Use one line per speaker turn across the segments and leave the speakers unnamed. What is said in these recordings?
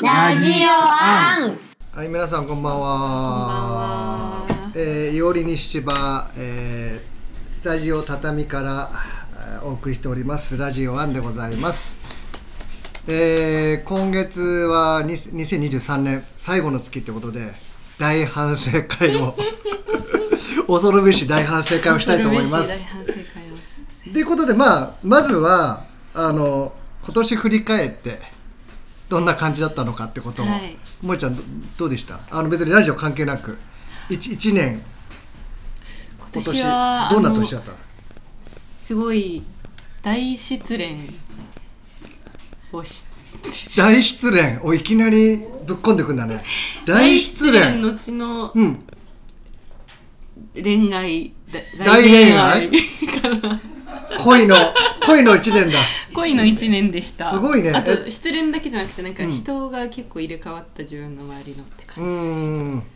ラジオアン
はい、皆さんこんばんは。えー、いおりにしば、えー、スタジオ畳からえーお送りしておりますラジオワンでございます。えー、今月はに2023年最後の月ってことで大反省会 を恐るべし大反省会をしたいと思いま
嬉し
す
い。大反省会を
ということでまあまずはあの今年振り返ってどんな感じだったのかってことを、
はい
もえちゃんどどうでしたあの別にラジオ関係なく 1, 一年
今
今
年
年
は
どんな
あの
年だったの
すごい大失恋をし
大失恋をいきなりぶっこんでくんだね大失恋
大のちの
うん
恋愛だ
大恋愛
かな
恋の恋の1年だ
恋の一年でした
すごいね
あ
え
と失恋だけじゃなくてなんか人が結構入れ替わった自分の周りのって
う
感じ、
ーん大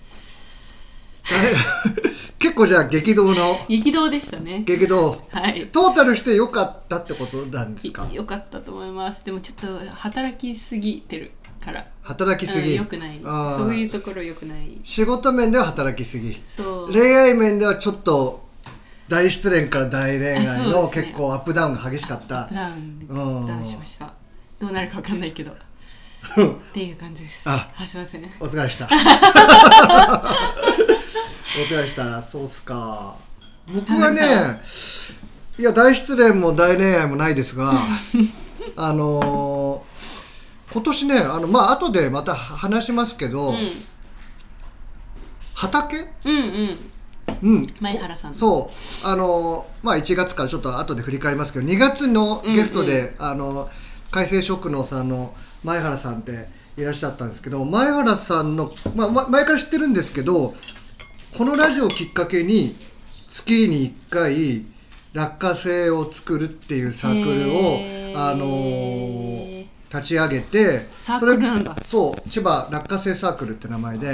結構じゃあ激動の
激動でしたね
激動
はい
トータルして良かったってことなんですか
いよかったと思いますでもちょっと働きすぎてるから
働きすぎ、
よくない
あー
そういうところよくない
仕事面では働きすぎ
そう
恋愛面ではちょっと大失恋から大恋
あ
愛
そう
の
ですね
結構アップダウンが激しか った、
ダウン
うん
ダウンしましたどうなるかわかんないけどっ
うん
ていう感じです
あ
すいません
お疲れした お疲れしたそうっすか僕はね
田
いや大失恋も大恋愛もないで すがあのー今年ねあのまあ後でまた話しますけど、
う
畑
ん、うんうん
うん
前原さん
そうあのまあ1月からちょっと後で振り返りますけど2月のゲストで、あの海星食堂さんの前原さんっていらっしゃったんですけど前原さんの、まあ、ま前から知ってるんですけどこのラジオをきっかけに月に1回落花生を作るっていうサークル
へ
を
ー
あの立ち上げて
サークルなんだ
そう千葉落花生サークルって 名前で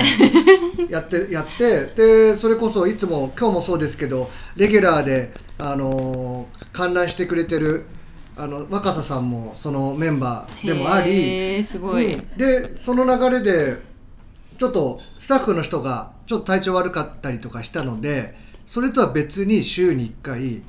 やってやってでそれこそいつも今日もそうですけどレギュラーで、あのー観覧してくれてるあの若狭さんもそのメンバーでもあり、
へーすごい、
うんでその流れでちょっとスタッフの人がちょっと体調悪かったりとかしたのでそれとは別に週に1回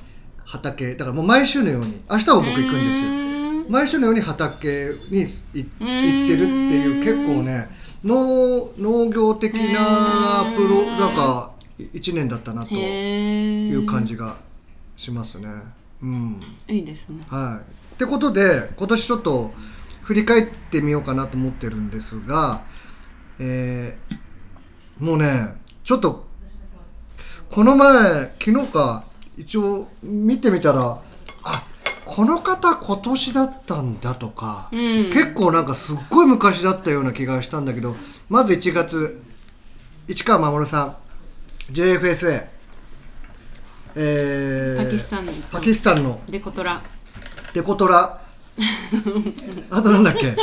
畑だからもう毎週のように明日は僕行くんですよ。
よ
毎週のように畑にい
うん
行ってるっていう結構ね農農業的なプロ
うん
なんか1年だったなとい
へ
う感
じ
じがしますね。うん
いいですね
はい、ってことで今年ちょっと振り返ってみようかなと思ってるんですが、えーもうねちょっとこの前昨日か一応見てみたらあこの方今年だったんだとか、
うん
結構なんかすっごい昔だったような気がしたんだけどまず1月市川守さん JFSA えー
パキスタンの
パキスタンの
デコトラ
デコトラあとなんだっけ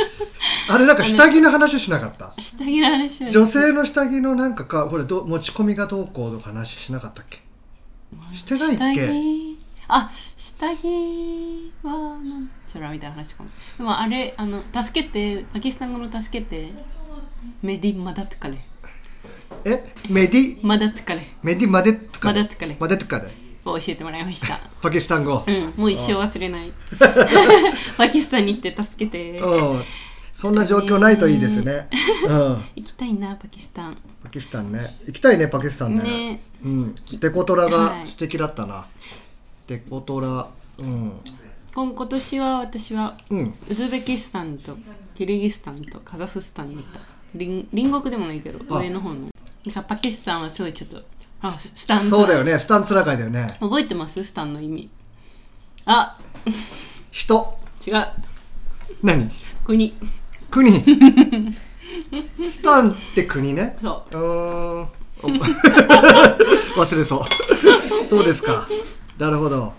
あれなんか下着の話しなかった
下着の話は
女性の下着のなんかかこれど持ち込みがどうこうの話しなかったっけしてないっ
下
け
着あ下着はなんちゃらみたいな話かもでもあれあの助けてパキスタン語の助けてメディマダトカレ
えメディ
マダトカレ
メディマデットカレ
マデットカレ
マデットカレ
を教えてもらいました
パキスタン語
うん、もう一生忘れない。パキスタンに行って助けて。
うんそんな状況ないといいですねうん
行きたいな、パキスタン。
パキスタンね行きたいねパキスタンね
ね
うんデコトラ
は
が
い
素敵だったな、デコトラうん
今今年は私は
うん
ウズベキスタンとキルギスタンとカザフスタンに行った。隣隣国でもないけど、
あ
上の方の。なんかパキスタンはすごいちょっと、あ、スタン
そうだよ
ね。
ねスタンツラ会だよね
覚えてますスタンの意味。あ、
人
違う。
何
国。
国スタンって国ね
そう
ーんお 忘れそうそうですかなるほど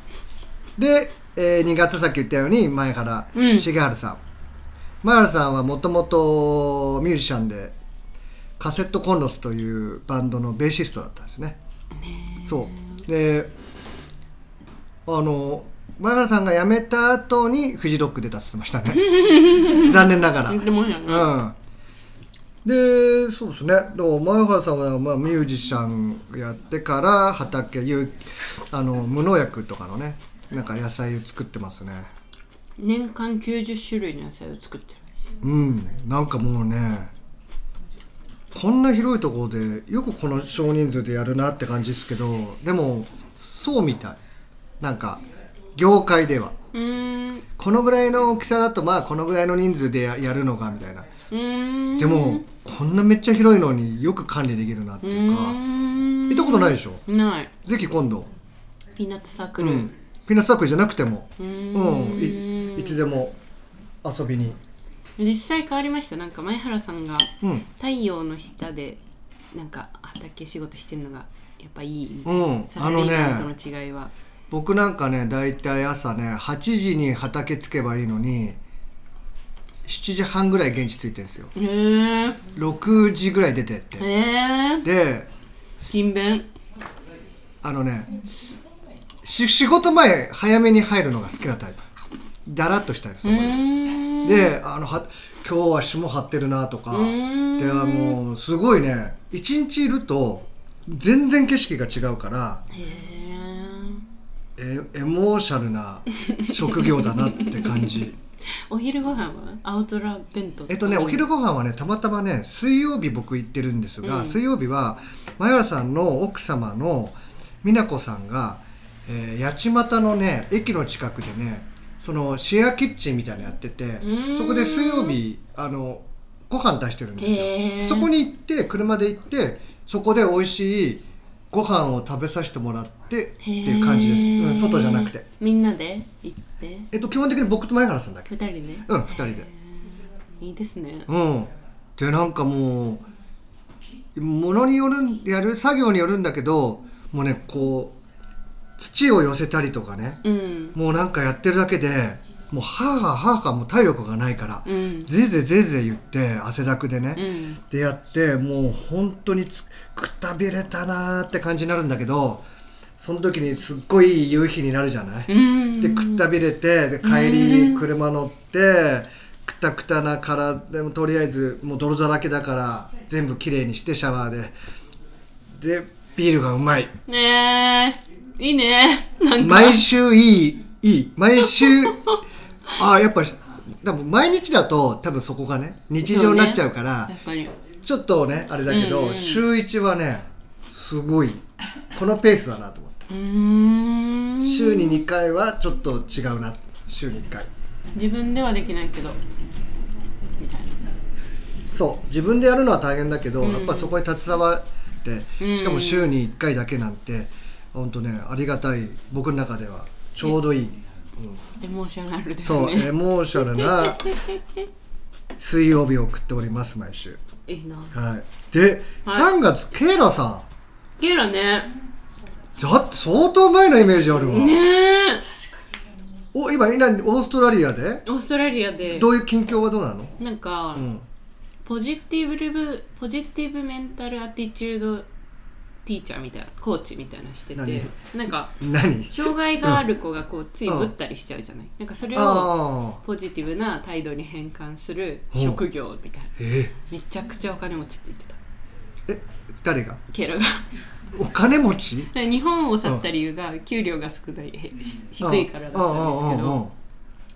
で、え2月さっき言ったように前原
うん
重治さん、前原さんはもともとミュージシャンでカセットコンロスというバンドのベーシストだったんですねそうであの前原さんが辞 めた後にフジロックで出してましたね残念ながら
う。でもいいよね。
うん、でそうですねだから前原さんは、まあ、ミュージシャンやってから畑有あの無農薬とかのねなんか野菜を作ってますね
年間90種類の野菜を作ってる
うんなんかもうねこんな広いところでよくこの少人数でやるなって感じですけどでもそうみたいなんか業界では
うーんう
このぐらいの大きさだとまあこのぐらいの人数でややるのかみたいな
ーん
でもこんなめっちゃ広いのによく管理できるなって
う
いうか
ーん
行ったことないでしょ
ない
ぜひ今度、
ピーナッツサーク
う
ル、
ん、ピーナッツサークルじゃなくても、
う
う
ーん
ん、いいつでも遊びに、
実際変わりましたなんか前原さんが
うん
太陽の下でなんか畑仕事してるのがやっぱいい、
うん、
サ
あ
ラリ
の
ー
ね
マンとの違いは
僕なんかねだいたい朝ね8時に畑着けばいいのに7時半ぐらい現地着いてるんですよ
えー、
6時ぐらい出てって
えー、
で
勤勉
あのねし仕事前早めに入るのが好きなタイプだらっとしたいです
う
そこ
ーん
でであのは今日は霜張ってるなとか
うーん
ではもうすごいね一日いると全然景色が違うから
へー
えエモーシャルな職業だなって感じ
お昼ご飯は青空弁当
えっとねお昼ご飯はねたまたまね水曜日僕行ってるんですが、
うん
水曜日は前原さんの奥様の美奈子さんが、えー八街のね駅の近くでねそのシェアキッチンみたいなのやってて
ーん
そこで水曜日あのご飯出してるんですよ、
へー
そこに行って車で行ってそこで美味しいご飯を食べさせてもらってって
へー
いう感じです、うん、外じゃなくて
みんなで行って
えっと基本的に僕と前原さんだけ
二人で
うん2人で
いいですね
うんでなんかもうものによるやる作業によるんだけどもうねこう土を寄せたりとかね
うん
もうなんかやってるだけでもうはあはあはあはあもう体力がないから、
うん
ぜいぜいぜいぜい言って汗だくでね、
うん
でやってもう本当につくたびれたなーって感じになるんだけどその時にすっごいいい夕日になるじゃない、
うん
でくったびれてで帰り車乗ってくたくたなからでもとりあえずもう泥だらけだから全部きれいにしてシャワーででビールがうまい
ねえいいねなんか
毎週いいいい毎週 ああやっぱ多分毎日だと多分そこがね日常になっちゃうから
確かに
ちょっとねあれだけど、
うんうん
週1はねすごいこのペースだなと思って
うーん
週に2回はちょっと違うな週に1回。
自分ではできないけどみたいな
そう自分でやるのは大変だけど、やっぱそこに携わってしかも週に1回だけなんて本当ねありがたい僕の中ではちょうどいい、うん
エモーショナルです
そう
ね
エモーショナ ルな水曜日を送っております毎週
いいな
はいで、3月ケイラさ
ゲイラね
んだって相当前のイメージあるわ、
ねえ
お今今オーストラリアで
オーストラリアで
どういう近況はどうなの
なんか、
ん
ポジティブポジティブメンタルアティチュードティーチャーみたいなコーチみたいなのしててなんか
何
障害がある子がこうついぶったりしちゃうじゃない、なんかそれを
ああ
ポジティブな態度に変換する職業みたいな
え
めちゃくちゃお金持ちって言ってた
え誰が
ケイラが
お金持ち
で日本を去った理由が給料が少ないへし低いからだったんですけ
あああああ
ど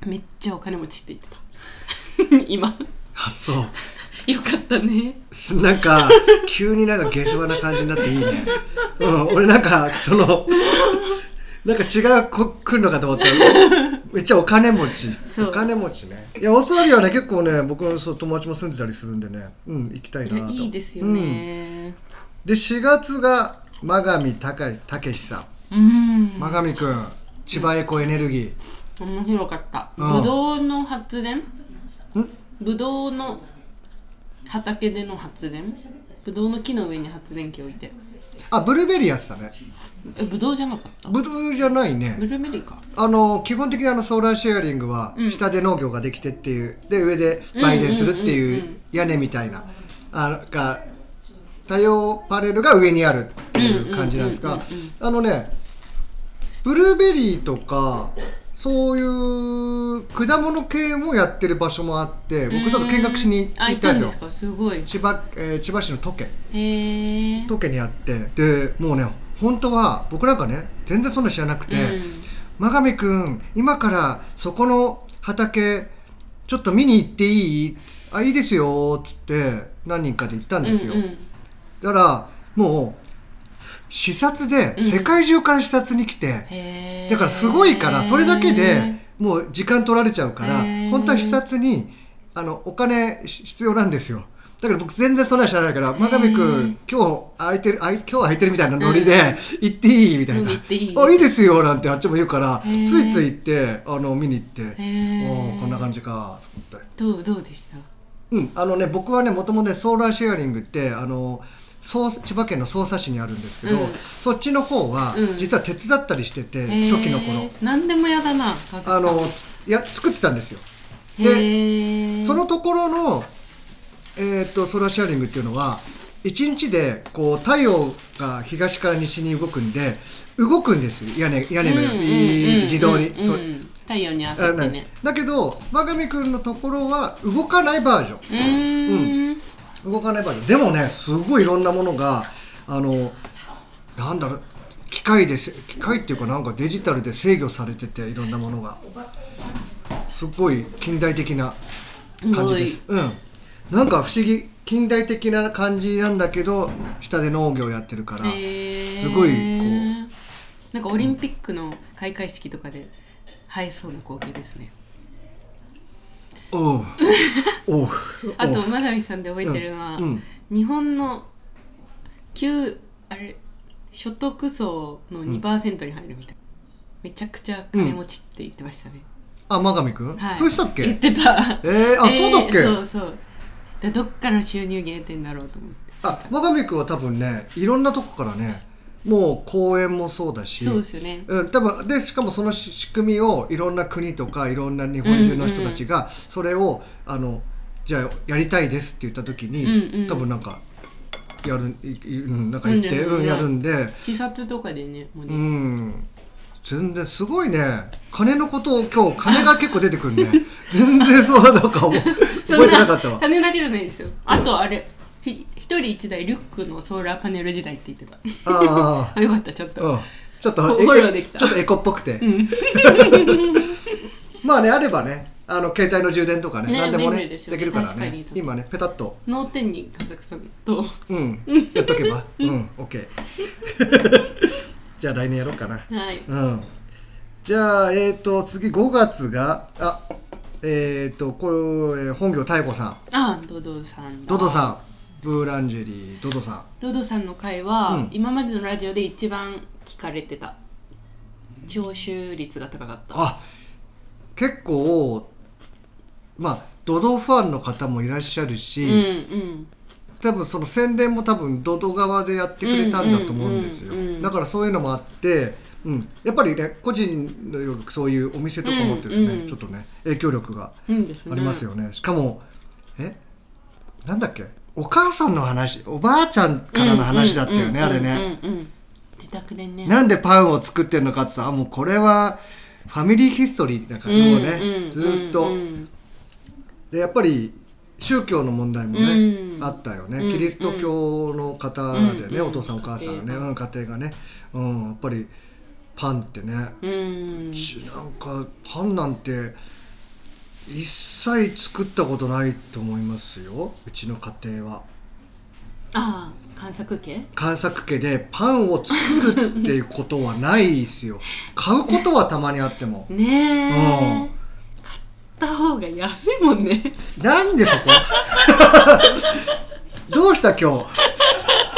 あ
めっちゃお金持ちって言ってた 今
あそう
よかったね
すなんか急になんか下世話な感じになっていいね、うん、俺なんかそのなんか違うこ来るのかと思ったらめっちゃお金持ち
そう
お金持ちねいやオーストラリアはね結構ね僕のそう友達も住んでたりするんでねうん行きたい
い
な
や
と
いいですよ
うん
ね
で4月が真上隆武さん
うん
真上くん千葉エコエネルギ
面白かった、
うん
ぶどうの発電ぶどうの畑での発電ぶどうの木の上に発電機置いて
ーあブルーベリーやってたね
えぶどうじゃなかった
ブドウじゃないね
ブルーベリーか
あの基本的にあのソーラーシェアリングは下で農業ができてっていう、で上で売電するっていうう屋根みたいなあのが太陽パネルが上にあるっていう感じなんですがあのねブルーベリーとかそういう果物系もやってる場所もあって僕ちょっと見学しに
あ
行
行
っ
ったた
ん
ん
で
ですす
よ
かすごい
千葉,、えー千葉市の都県
へえ
都県にあってでもうね本当は僕なんかね全然そんな知らなくて、真上くん今からそこの畑ちょっと見に行っていいあいいですよっつって何人かで行ったんですよ、
うんうん
だからもう視察で世界中から視察に来て、
へー
だからすごいからそれだけでもう時間取られちゃうから
へー
本当は視察にあのお金し必要なんですよだから僕全然そんなの知らないから真壁君今日空いてるあい今日空いてるみたいなノリで行っていいみたい
飲
な
み行っていい
あいいですよなんてあっちも言うからつ
へー
いつい行ってあの見に行って
へー
おーこんな感じかと思って
どうどうでした
うんあのね僕はねもともとねソーラーシェアリングってあの匝千葉県の匝瑳市にあるんですけど、
うん
そっちの方は
うん
実は手伝ったりして
へ
て、
ー
初期の頃
何でもやだな川崎さん
あのついや作ってたんですよで
で
そのところの、えー、とソーラーシェアリングっていうのは1日でこう太陽が東から西に動くんで動くんですよ屋根屋根のようにビーって自動に。
うんうん
そ
うん
う
うん太陽に合わ
あ
せ
な
て
ん
ね
だけど真上くんのところは動かないバージョン
うーん
動かないバージョンでもねすごいいろんなものがあのなんだろう機械です機械っていうかなんかデジタルで制御されてていろんなものがすごい近代的な感じですうんなんか不思議近代的な感じなんだけど下で農業やってるから、す
す
ごいこ
うなんかオリンピックの開会式とかで映えそうな光景ですね
おうおう
あ
お
と
う
真上さんで覚えてるのは、
うんうん
日本の旧あれ所得層の2%に入るみたいな、めちゃくちゃ金持ちって言ってましたね、
あ真上くん、
はい
そうしたっけ
言ってた
えー、あ、そうだっけ、
えーそうそうだどっから収入源得てんだろうと思って
あ真壁君は多分ねいろんなとこからねもう公演もそうだし
そうですよね
うん、多分でしかもそのし仕組みをいろんな国とかいろんな日本中の人たちがそれを、あのじゃあやりたいですって言った時に、
うんうん
多分なんかやるいいうんなんか言って、
うんうん
うん、やるんで、
自殺とかでねもう
う
ね、
ん、全然すごいね金のことを今日金が結構出てくる ね全然そうだなんかもう
そ
覚え
ん
てなかったわ。
金だけじゃないですよあとあれひ一人一台リュックのソーラーパネル時代って言ってた
あ
あよかったちょっ
あ、う
と
ん、ちょっと
フォローできた
ちょっとエコっぽくて。
うん
まあねあればねあの携帯の充電とかね
ね
何でも
便
ね
利
で
ですよ
きるから
確か
ね
に
今ねペタッと
脳天に家族さんと
うんやっとけばうんオッケー じゃあ来年やろうかな
はい
うんじゃあえっ、ー、と次5月があえっ、ー、とこれえー本業妙子さん
あドドさんだ
ドドさんブーランジェリードドさん
ドドさんの回は、
うん
今までのラジオで一番聞かれてた聴取率が高かった
あ結構まあドドファンの方もいらっしゃるし、
うんうん
多分その宣伝も多分ドド側でやってくれたんだと思うんですよ、
うんうんうんうん
だからそういうのもあって、うん、やっぱりね個人のよりそういうお店とか持ってるとね、
うんうん
ちょっとね影響力が
いいんですね
ありますよねしかもえなんだっけお母さんの話おばあちゃんからの話だったよね、あれね、
うんうんうん自宅でね
なんでパンを作ってるのかってさあもうこれはファミリーヒストリーだから、もうね、ずっと、
うん
でやっぱり宗教の問題もね、
うん
あったよね、
うん
キリスト教の方でね、
うん
お父さんお母さんのね、
家庭
うん家庭がね、うん、やっぱりパンってね、
うんうん
ちなんかパンなんて一切作ったことないと思いますようちの家庭は。
ああ観察系
観作家でパンを作るっていうことはないで すよ買うことはたまにあっても
ねえ、
うん
買った方が安いもんね
なんでそこどうした今日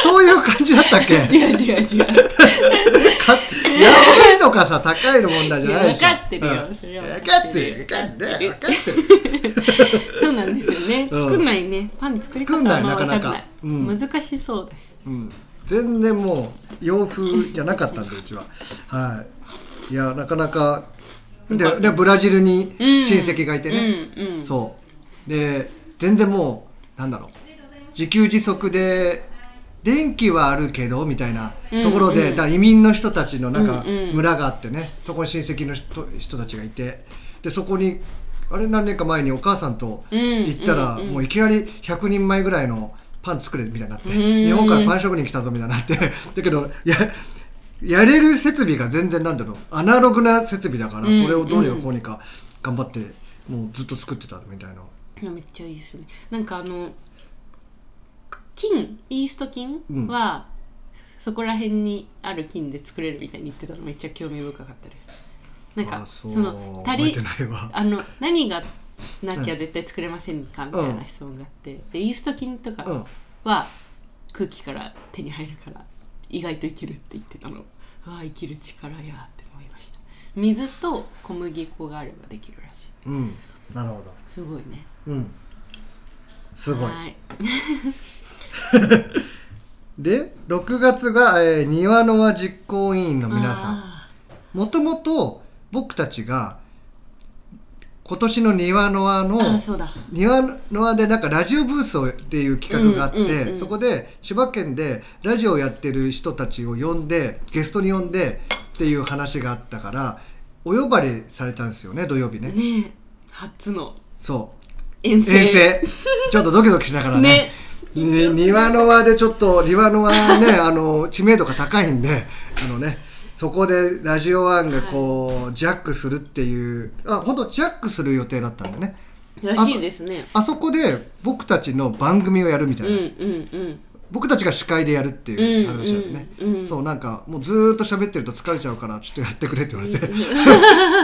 そういう感じだったっけ
違う違う違う
か安いとかさ高いの問題じゃないでしょ
いや分かってるよ
うん
それは
分
分
か
か
っ
ってて
る
る
分かってる分かってる
そうなんですよね
うん
作んないねパン作り方
作んない
はまあ
なかなか
わんい
うん
難しそうだし
うん全然もう洋風じゃなかったんでうちははいいやなかなかででブラジルに親戚がいてね、
うんうん
そうで全然もうなんだろう自給自足で電気はあるけどみたいなところで、だから移民の人たちのなんか
うんうん
村があってね、そこに親戚の人人たちがいてでそこにあれ何年か前にお母さんと行ったら、
うんうんうん
もういきなり100人前ぐらいのパン作れみたいになって、
んうん
日本からパン職人来たぞみたいになって だけどややれる設備が全然なんだろうアナログな設備だから、
うん
それをどうにかこうにか頑張ってもうずっと作ってたみたいな。
いやめっちゃいいですねなんかあの金イースト菌は、そこら辺にある菌で作れるみたいに言ってたのめっちゃ興味深かったですなんか
あ
そうの足
覚え
り
てないわ。
あの何がなきゃ絶対作れませんかみたいな質問があって、でイースト菌と
うん
かは空気から手に入るから意外と生きるって言ってたのうわ生きる力やって思いました水と小麦粉があればできるらしい
うん、なるほど。
すごいね
うん。すごい。
はい
で、6月が、えー、庭の輪実行委員の皆さん。
あ
もともと僕たちが今年の庭の輪の
ーあーそうだ
庭の輪でなんかラジオブースをっていう企画があって、
うんうんうん
そこで千葉県でラジオをやってる人たちを呼んでゲストに呼んでっていう話があったからお呼ばれされたんですよね土曜日ね。
ねえ初の
そう
遠征
遠征ちょっとドキドキしながらね
ね
に庭の輪でちょっと庭の輪 ねあの知名度が高いんであのねそこでラジオワンがこう、ジャックするっていうあ本当ジャックする予定だったんだよね
らしいですね
あそこで僕たちの番組をやるみた
う
い
ん
な、
うんうん
僕たちが司会でやるっていう話だったね、
うんうんうん
そうなんかもうずーっと喋ってると疲れちゃうからちょっとやってくれって言わ れて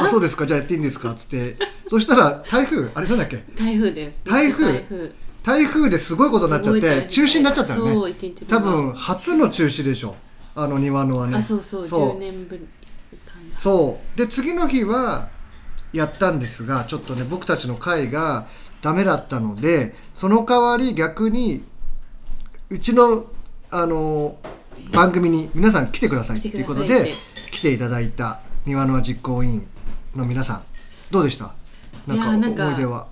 あそうですかじゃあやっていいんですかっつってそしたら台風あれなんだっけ
台風です
台風
台風
台風ですごいことになっちゃっ
すごい台
て
風
中止になっちゃったよ
そう
ね
一日分
多分初の中止でしょあの庭のはね
あそうそう
そ
10
う
年ぶりかな
そうで次の日はやったんですがちょっとね僕たちの会がダメだったのでその代わり逆にうちのあの番組に皆さん来てくださいっていうこと
来てください
で来ていただいた庭の輪実行委員の皆さんどうでしたない
やーなんんか
か思い出は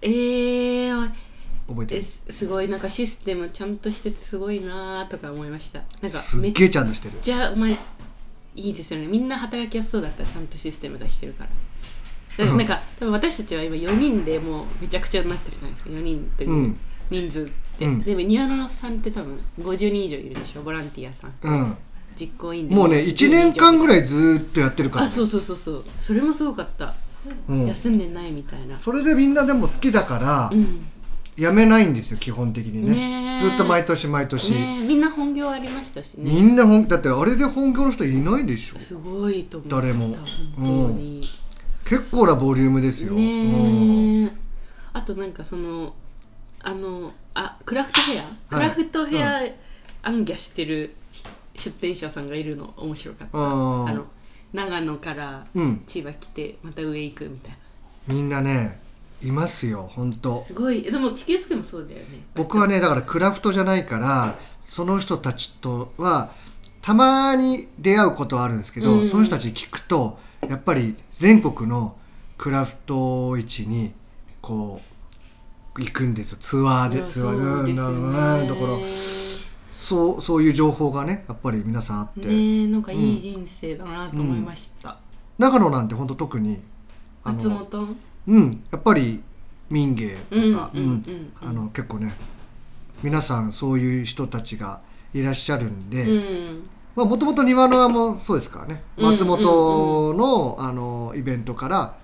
えー、
覚えて
え
る
すすごいなんかシステムちゃんとしててすごいなーとか思いましたなんか
す
め
っ
っ
げえちゃんとしてる
ちゃまあいいですよねみんな働きやすそうだったらちゃんとシステムがしてるから
う
なんなんか多分私たちは今4人でもうめちゃくちゃになってるじゃないですか4人といううん人数って、
うん
でも庭野さんって多分50人以上いるでしょボランティアさん
うん
実行委員で
もうね1年間ぐ
い
らいずーっとやってるから、
あそうそうそうそうそれもすごかった、
うん
休んでないみたいな
それでみんなでも好きだから
うん
やめないんですよ基本的にね
ねえ
ずっと毎年毎年、
ねえみんな本業ありましたしね
みんな本だってあれで本業の人いないでしょ
すごいと思った
誰も
本当に、
結構なボリュームですよ、うん
ねえあとなんかそのあのあクラフトヘア、クラフトヘア、あんぎゃしてるひ出店者さんがいるの面白かった
あ
あ
ー
の長野から
うん
千葉来てまた上行くみたい
みんなねいますよ本当
なすごいでも地球スクもそうだよね
僕はねだからクラフトじゃないからその人たちとはたまに出会うことはあるんですけど、
うん
その人たちに聞くとやっぱり全国のクラフト市にこう行くんですよツアーでツアーでうんうんうんだからそうそういう情報がねやっぱり皆さんあって、
ねえなんかいい人生だなと思いました、
長野なんて本当特にあ
松
の、
本
うん、やっぱり民芸とか、
うんうんうんうん
あの結構ね皆さんそういう人たちがいらっしゃるんで。
うん
まあ、もともと庭の輪もそうですからね
うんうんうん
松本の,、あのイベントから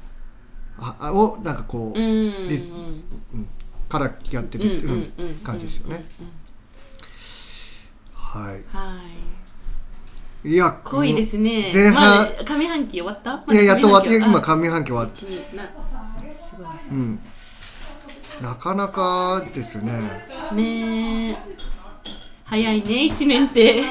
ああをなんかこう、
うんうん
リスうんからやってるっていううん感じですよね。
うんうん
は
はい
い、いや
濃いですね
前
ま
半
だ上半期終わった
いややっと終わって今
か
上半期終わって、
すご
うん、なかなかですね
いねえ早いね一年って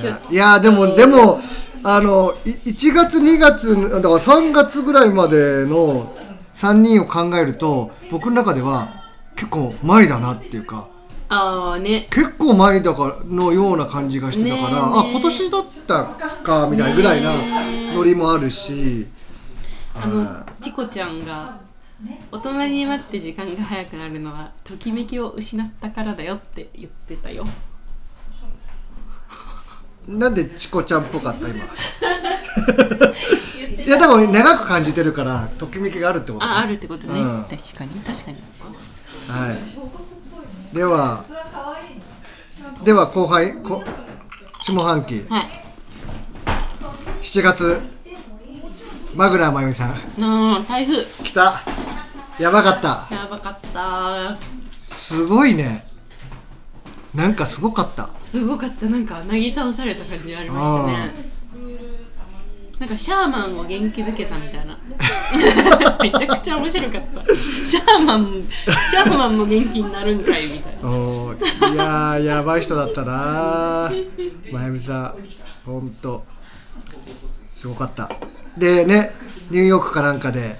ちょ
いやでもでもあのい1月2月だから3月ぐらいまでの3人を考えると僕の中では結構前だなっていうか。
ああね
結構前だからのような感じがしてたから、
ねえね
あ
え
今年だったかみたいなぐらいな
ねえ
ノリもあるし、
あのチコちゃんが大人になって時間が早くなるのはときめきを失ったからだよって言ってたよ
なんでチコちゃんっぽかった 今いやでも長く感じてるからときめきがあるってこと
ああ
は
るってことね、
うん
確かに確かに
いではでは後輩こ下半期
はい
7月マグラーまゆみさん
うん台風
来たやばかった
やばかった
すごいねなんかすごかった
すごかったなんかなぎ倒された感じありましたねなんかシャーマンを元気づけたみたい なめちゃくちゃ面白かったシャーマンシャーマンも元気になるんかいみたいな
おーいやーやばい人だったなーまゆみさんほんとすごかったでねニューヨークかなんかで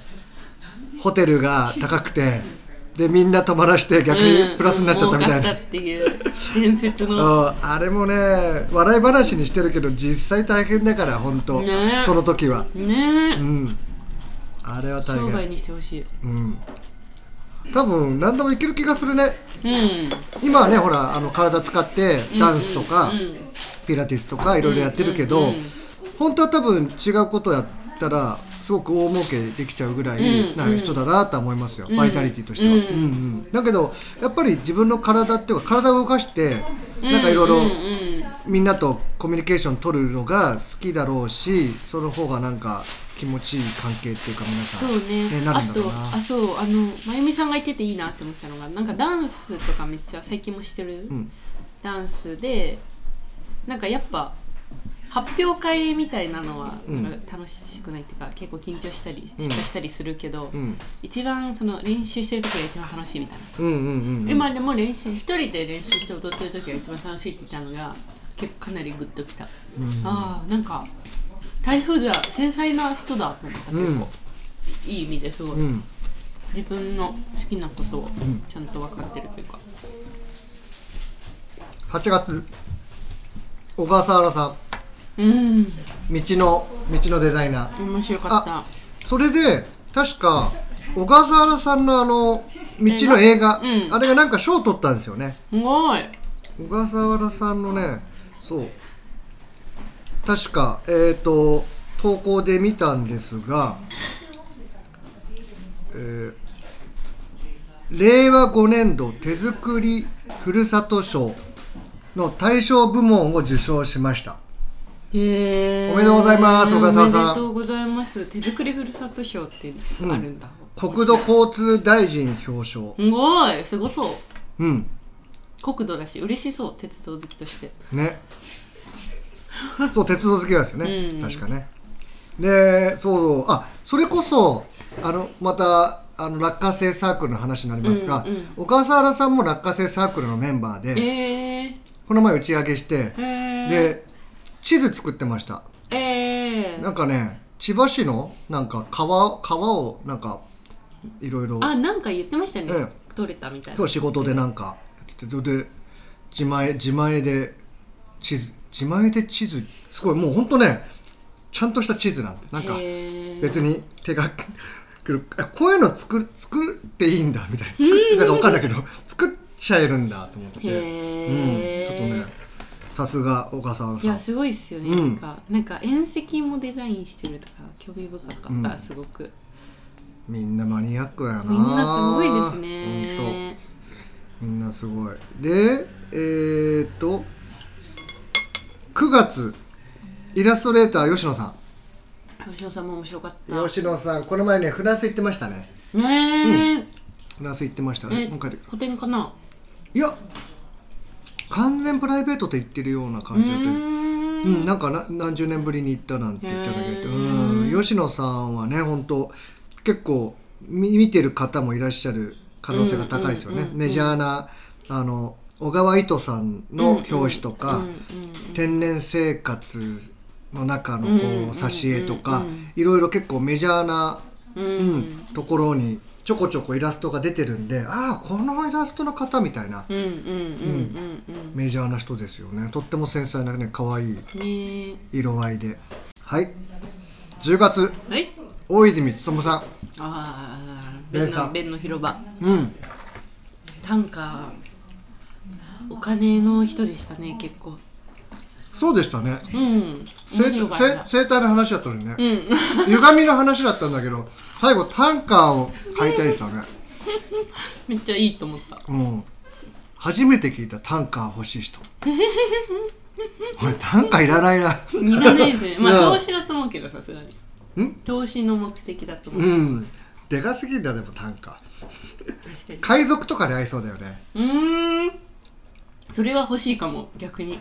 ホテルが高くてでみんな泊まらして逆にプラスになっちゃったみたいな、
うん儲かったっていう伝説の
うんあれもね笑い話にしてるけど実際大変だからほんと、
ね
その時は
ねえ
うんあれは大
商売
変
にしてほしい
うん多分何でもいける気がするね
うん
今はねほらあの体使ってダンスとか、
うん
ピラティスとかいろいろやってるけ
う
ど、
んうんうん
本当は多分違うことやったらすごく大儲けできちゃうぐらい
うん
な人だなとは思いますよ、バイタリティとしては、
うん
うんうんだけどやっぱり自分の体っていうか体を動かしてなんかいろいろ
うんうん
みんなとコミュニケーション取るのが好きだろうしその方がなんか気持ちいい関係っていうか皆さ
そ
ん
うね
な
あ
るんだ
と
ろうな
あそうあのまゆみさんが言ってていいなって思ったのがなんかダンスとかめっちゃ最近もしてる、
うん
ダンスでなんかやっぱ発表会みたいなのは
うん
なんか楽しくないっていうか、結構緊張したり
うん
失敗したりするけど、
うん
一番その練習してる時が一番楽しいみたいな、
うんうんうん
今でも練習一人で練習して踊ってる時が一番楽しいって言ったのが結構かなりグッときた、ああなんか台風では繊細な人だと思った
う
結構、
ん
いい意味ですごい、
うん
自分の好きなことをちゃんと分かってるというか、
8月小笠原さん
うん、
道の道のデザイナー
面白かった
それで確か小笠原さんのあの道の映画、
映画うん
あれがなんか賞を取ったんですよね
すごい
小笠原さんのねそう確かえっ、と投稿で見たんですが、えー令和5年度手作りふるさと賞の大賞部門を受賞しました
へー
おめでとうございます小笠原さん
おめでとうございます手作りふるさと賞ってあるんだ、
国土交通大臣表彰
すごいすごそう
うん
国土だし嬉しそう鉄道好きとして
ねそう鉄道好きなんですよね、
うん
確かねでそうそうあそれこそあのまたあの落花生サークルの話になりますが、
うんうん
小笠原さんも落花生サークルのメンバーで
えー、
この前打ち上げして
えー、
で地図作ってました
え
な
ー、
んかね千葉市のなんか川川をなんかいろいろ
あなんか言ってましたね、
え
取れたみたいな
そう仕事でなんかやっててそれで自前自前で地図自前で地図すごいもうほんとねちゃんとした地図なのなんか
へー
別に手 がこういうの作る作っていいんだみたいな作ってなんか分かんないけど作っちゃえるんだと思って、
へー
うん、ちょっとねさすが小笠原
い
さ
や
ん
すごいっすよね、
うん
なんかなんか遠石もデザインしてるとか興味深かった、
うん
すごく
みんなマニアックだよな
みんなすごいです
ほんと
ね
みんなすごい。で、えー、っと、9月、イラストレーター、吉野さ
吉野さんも面白かった
ん。吉野さん、この前ね、フランス行ってましたね。
ね
フランス行ってました。
え、え
もう帰ってくる
古典かない
や、完全プライベートって言ってるような
う
感じだったけど
ーん
うん、なんかな何十年ぶりに行ったなんて言ってただけど、
へ
うん、
ー
吉野さんはね本当結構み見てる方もいらっしゃる可能性が高いですよね、
うんうんうんうん
メジャーなあの小川糸さんの表紙とか、
うんうんうん
天然生活の中のこ
うんうんうんう
うん挿絵とか、
うん
いろいろ結構メジャーな、
うん
うんところにちょこちょこイラストが出てるんでああこのイラストの方みたいな
うんうんうんうんうん
メジャーな人ですよねとっても繊細なね可愛い
ね
色合いではい10月
えはい
大泉勉さ
ああ
連
弁
鎖
の弁の広場
んうん
短歌お金の人でしたね結構
そうでしたね
うん
生
面白か
生
っ
生体の話だったのにね、
たうん
歪みの話だったんだけど最後短歌を書いたりしたね、
めっちゃいいと思った
うん、初めて聞いた短歌欲しい人これ短歌いらないない
らないですね。まあ
うん
投資だと思うけどさすがに。
ん
投資の目的だと思
う
う。
んでかすぎんだでも短歌
確かに。
海賊とかで合いそうだよね
うーん。それは欲しいかも逆に。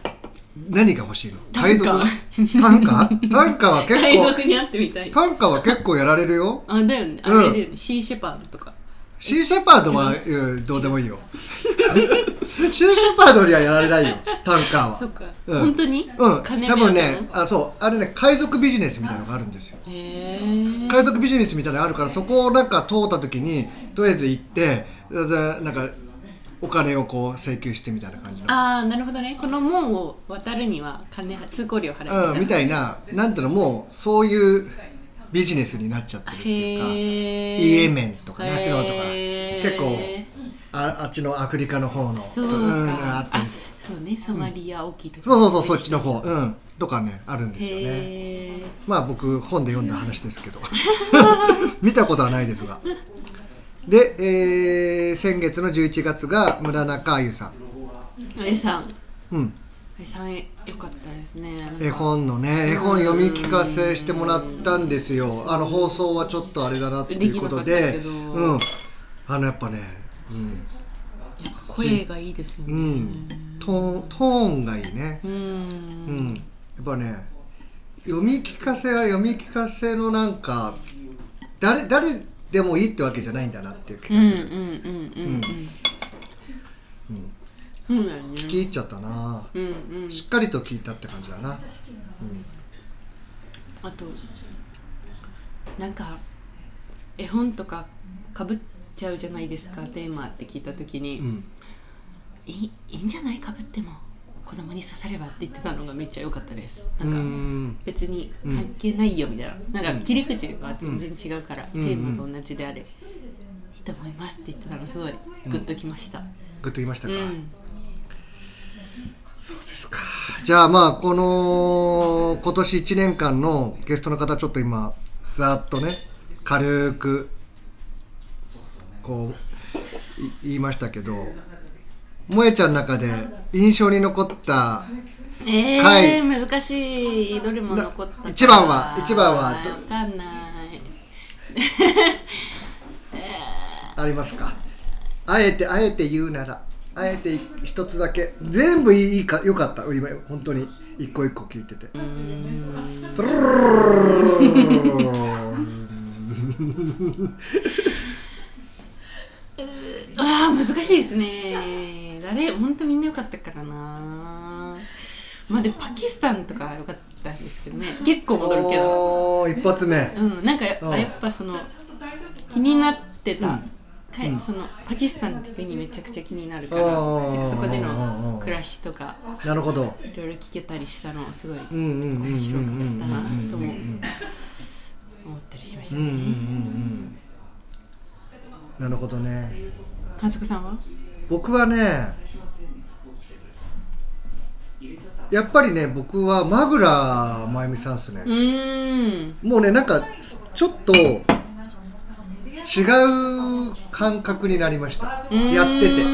何が欲しいの
短
海賊
歌
短歌短歌は結
海
構
賊に会ってみたい。
短歌は結構やられるよ
あだよね。あ
うん
れだよね。シーシェパードとか。
シーシェパードはうんどうでもいいよ シーシェパードにはやられないよ短歌は
そっか。
うん
本当に？
うん、
金目
多
当ての
分ね。あそうあれね海賊ビジネスみたいなのがあるんですよ
へえ。
海賊ビジネスみたいなのあるからそこをなんか通った時にとりあえず行ってでなんかお金をこう請求してみたいな感じの
ああなるほどね。この門を渡るには金通行料払う
うん、みたいななんていうのもうそういうビジネスになっちゃってるっていうか
へ
イエ
ン
メンとかねあっちのとか結構ああっちのアフリカの方の
そうか、
ん、あ
あ
ったりする
そうねソマリア沖とか、
そうそうそうそっちの方、うん、とかねあるんですよね
へー
まあ僕本で読んだ話で すけど 見たことはないですがで、えー先月の11月が村中あゆさん、
あれさんあ
うん、
れさんよかったですねなんか
絵本のね絵本読み聞かせしてもらったんですよあの放送はちょっとあれだなっていうことで
できなかったけど
うん、あのやっぱね、
やっぱ声がいいですよ
う
ね
ん、トーントーンがいいね、
うん、
うん、やっぱね読み聞かせは読み聞かせのなんか誰誰でもいいってわけじゃないんだなっていう気
うんうん
が
うん
する、
うんうんうんだよね
聞き入っちゃったな
うんうん
しっかりと聞いたって感じだな
あとなんか絵本とかかぶっちゃうじゃないですかテーマって聞いた時に、
ん
いいいんじゃないかぶっても子供に刺さればって言ってたのがめっちゃ良かったですなんか、
ん
別に関係ないよみたいな、なんか切り口は全然違うから、テーマと同じであれ、いいと思いますって言ったからすごいグッときました、
グッときましたか、
うん
じゃあまあこの今年1年間のゲストの方ちょっと今ざーっとね軽くこうい言いましたけど萌ちゃんの中で印象に残った
えー、
回
難しいどれも残ったから
な一番は一番はど
わかんない
ありますかあえてあえて言うならあえて一つだけ全部いいかよかった今本当に一個一個聞いててトゥルルルルルルルルル
あー難しいですね誰本当みんな良かったからなまあでもパキスタンとか良かったんですけどね結構戻るけど
おー一発目
うん、なんか
うん
やっぱその気になってた、かいそのパキスタンの国めちゃくちゃ気になるから
うん
なんかそこで
うんうんう
の
ん
暮らしとか
なるほど
いろいろ聞けたりしたのすごい
うんうんうんうんうん
面白かったなとも思ったりしました
うんうんうんう
ね。
んなるほどね
観測さんは
僕はねやっぱりね僕はマグラ真由美さんっすね、
うーん
もうねなんかちょっと違う感覚になりましたやってて
うー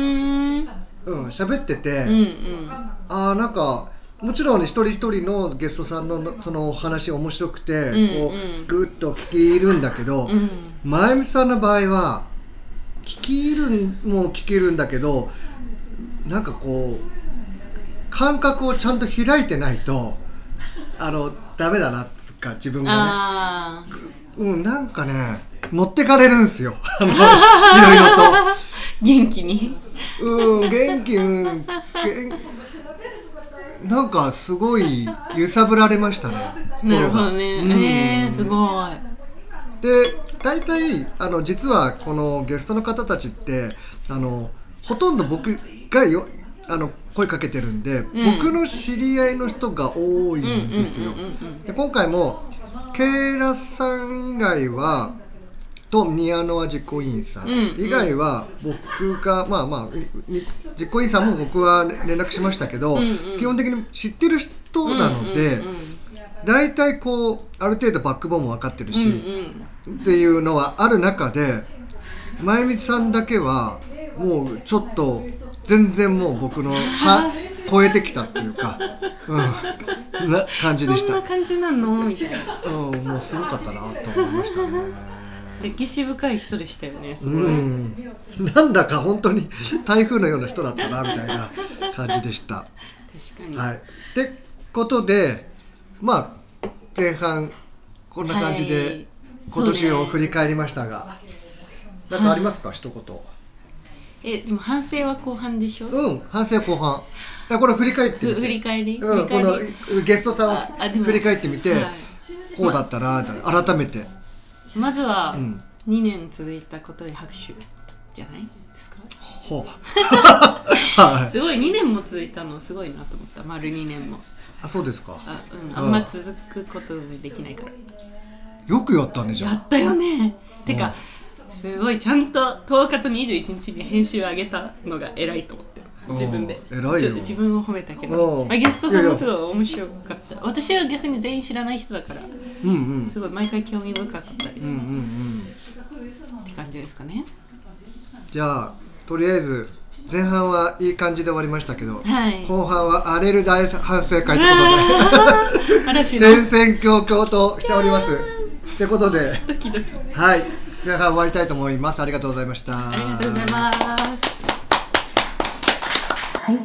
ん
うん喋ってて、
うんうん
あーなんかもちろんね一人一人のゲストさんのそのお話面白くて、
ん
こ
う
うグッと聞き入るんだけど、
うん
まゆみさんの場合は聞き入るんも聞けるんだけどなんかこう感覚をちゃんと開いてないとあのダメだなっつうか自分がね
ああ
うんなんかね持ってかれるんすよ あのいろいろと。
元気に
うん元気うん元なんかすごい揺さぶられましたね
なる
心
ほ
が
どねえー、すごい
で大体あの実はこのゲストの方たちってあのほとんど僕がよあの声かけてるんで、僕の知り合いの人が多いんですよ。で今回もケイラさん以外はとニアノア実行委員さん
ん
以外は僕が、まあまあに実行委員さんも僕はね連絡しましたけど、基本的に知ってる人トなので、
うんうん
大体こうある程度バックボーンも分かってるし、
うんうん
っていうのはある中で前光さんだけはもうちょっと全然もう僕のは超えてきたっていうか、うん、な感じでし
そん
た
な、感じなのみたいな
うん、もうすごかったなと思いましたね。
歴史深い人でしたよねすごい、
うん、なんだか本当に台風のような人だったなみたいな感じでした。
確かに、
はい、ってことでまあ前半こんな感じ
は
で
い
今年
そう
を
ね
振り返りましたが、なんかありますか、一言
えでも反省は後半でしょ
うん反省後半だからこれ振り返ってみ
ふ
て
振り返り振
うん、
り
こ
返り、
のゲストさん
ああで
を
も
振り返ってみて、
はい
こうだったなみたいな改めて
まずは
ん
2年続いたことで拍手じゃないですか
ほうはい
すごい2年も続いたのすごいなと思った丸2年も
あそうですか
あ,、うん、あんま続くことできないから
よくやったねじゃ
や
あ
ったよねてかすごいちゃんと10日と21日に編集上げたのが偉いと思ってる
うん
自分で
偉いよ
ちょっと自分を褒めたけ
う
ど、
ん
まあ、ゲストさん
いやいや
もすごい面白かった私は逆に全員知らない人だから
うんうん
すごい毎回興味深かったです、
うんうんうん
って感じですかね
じゃあとりあえず前半はいい感じで終わりましたけど、
はい
後半は荒れる大反省会というこ と
嵐の
で戦々恐々としておりますってことで
ドキドキ
はい前半終わりたいと思いますありがとうございました
ありがとうございます
はい、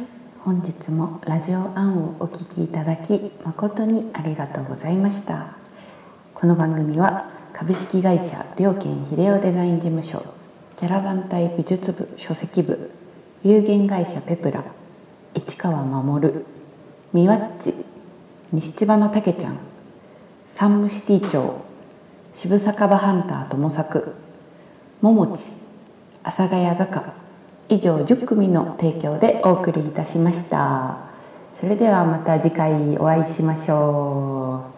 本日もラジオアンをお聞きいただき誠にありがとうございました。この番組は株式会社両県秀夫デザイン事務所キャラバン隊美術部書籍部有限会社ペプラ市川守みわっち西千葉のたけちゃんサンムシティ町渋酒場ハンター友作ももち阿佐ヶ谷画家以上10組の提供でお送りいたしましたそれではまた次回お会いしましょう